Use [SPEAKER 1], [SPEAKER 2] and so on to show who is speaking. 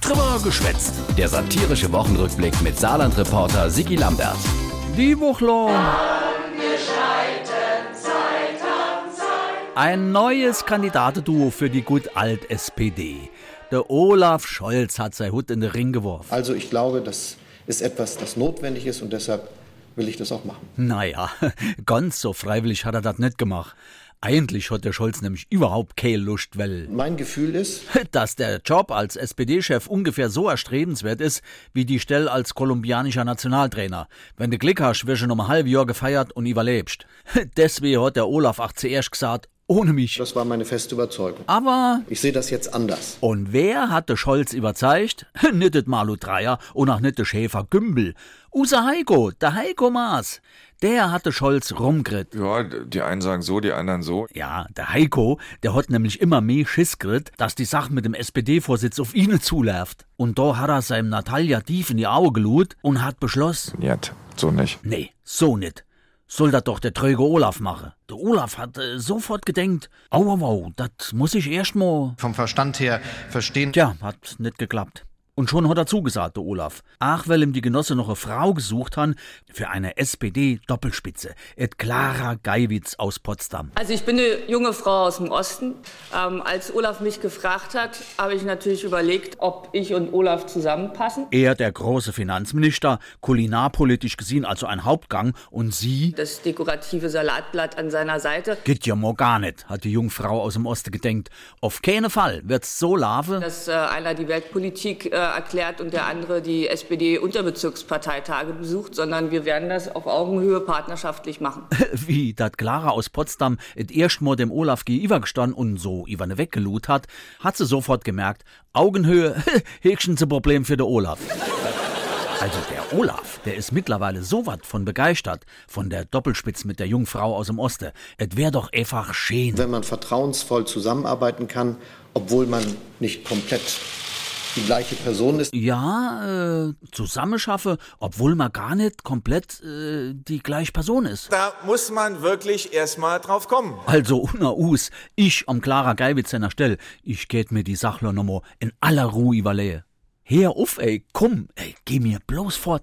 [SPEAKER 1] Trimmer geschwätzt. Der satirische Wochenrückblick mit Saarland-Reporter Sigi Lambert.
[SPEAKER 2] Die Wuchler. Ein neues Kandidatenduo für die gut alt SPD. Der Olaf Scholz hat sein Hut in den Ring geworfen.
[SPEAKER 3] Also ich glaube, das ist etwas, das notwendig ist und deshalb will ich das auch machen.
[SPEAKER 2] Naja, ganz so freiwillig hat er das nicht gemacht. Eigentlich hat der Scholz nämlich überhaupt keine Lust, weil,
[SPEAKER 3] Mein Gefühl ist,
[SPEAKER 2] dass der Job als SPD-Chef ungefähr so erstrebenswert ist, wie die Stelle als kolumbianischer Nationaltrainer. Wenn du Glück hast, wirst du noch ein halbes Jahr gefeiert und überlebst. Deswegen hat der Olaf auch zuerst gesagt, ohne mich.
[SPEAKER 3] das war meine feste Überzeugung.
[SPEAKER 2] Aber
[SPEAKER 3] Ich sehe das jetzt anders.
[SPEAKER 2] Und wer hatte Scholz überzeugt? Nicht das Malu Dreyer und auch nicht der Schäfer Gümbel. Unser Heiko, der Heiko Maas, der hatte Scholz rumgritt.
[SPEAKER 4] Ja, die einen sagen so, die anderen so.
[SPEAKER 2] Ja, der Heiko, der hat nämlich immer mehr Schiss grit, dass die Sache mit dem SPD-Vorsitz auf ihn zuläuft. Und da hat er seinem Natalia tief in die Augen gelut und hat beschlossen,
[SPEAKER 4] Jetzt, so nicht.
[SPEAKER 2] Nee, so nicht. Soll das doch der tröge Olaf machen. Der Olaf hat äh, sofort gedenkt, au, au, au, das muss ich erst mal
[SPEAKER 5] vom Verstand her verstehen.
[SPEAKER 2] Tja, hat nicht geklappt. Und schon hat er zugesagt, der Olaf. Ach, weil ihm die Genosse noch eine Frau gesucht han für eine SPD-Doppelspitze. Et Clara Geiwitz aus Potsdam.
[SPEAKER 6] Also ich bin eine junge Frau aus dem Osten. Ähm, als Olaf mich gefragt hat, habe ich natürlich überlegt, ob ich und Olaf zusammenpassen.
[SPEAKER 2] Er, der große Finanzminister, kulinarpolitisch gesehen also ein Hauptgang, und sie,
[SPEAKER 6] Das dekorative Salatblatt an seiner Seite,
[SPEAKER 2] geht ja mal gar nicht, hat die Jungfrau aus dem Osten gedenkt. Auf keinen Fall wird's so Larve.
[SPEAKER 6] dass äh, einer die Weltpolitik äh, erklärt und der andere die SPD-Unterbezirksparteitage besucht, sondern wir werden das auf Augenhöhe partnerschaftlich machen.
[SPEAKER 2] wie dat Clara aus Potsdam et erstmal dem Olaf gegenübergestanden und so über ne weggelut hat, hat sie sofort gemerkt, Augenhöhe, höchstens ein Problem für den Olaf. Also der Olaf, der ist mittlerweile so wat von begeistert von der Doppelspitz mit der Jungfrau aus dem Osten. Et wär doch einfach schön.
[SPEAKER 3] Wenn man vertrauensvoll zusammenarbeiten kann, obwohl man nicht komplett die gleiche Person ist,
[SPEAKER 2] Ja, äh, zusammenschaffe, obwohl man gar nicht komplett äh, die gleiche Person ist.
[SPEAKER 7] Da muss man wirklich erstmal drauf kommen.
[SPEAKER 2] Also, na us, ich am Clara Geiwitz seiner Stell, ich geht mir die Sachler nochmal in aller Ruhe überlege. Her auf, ey, komm, ey, geh mir bloß fort.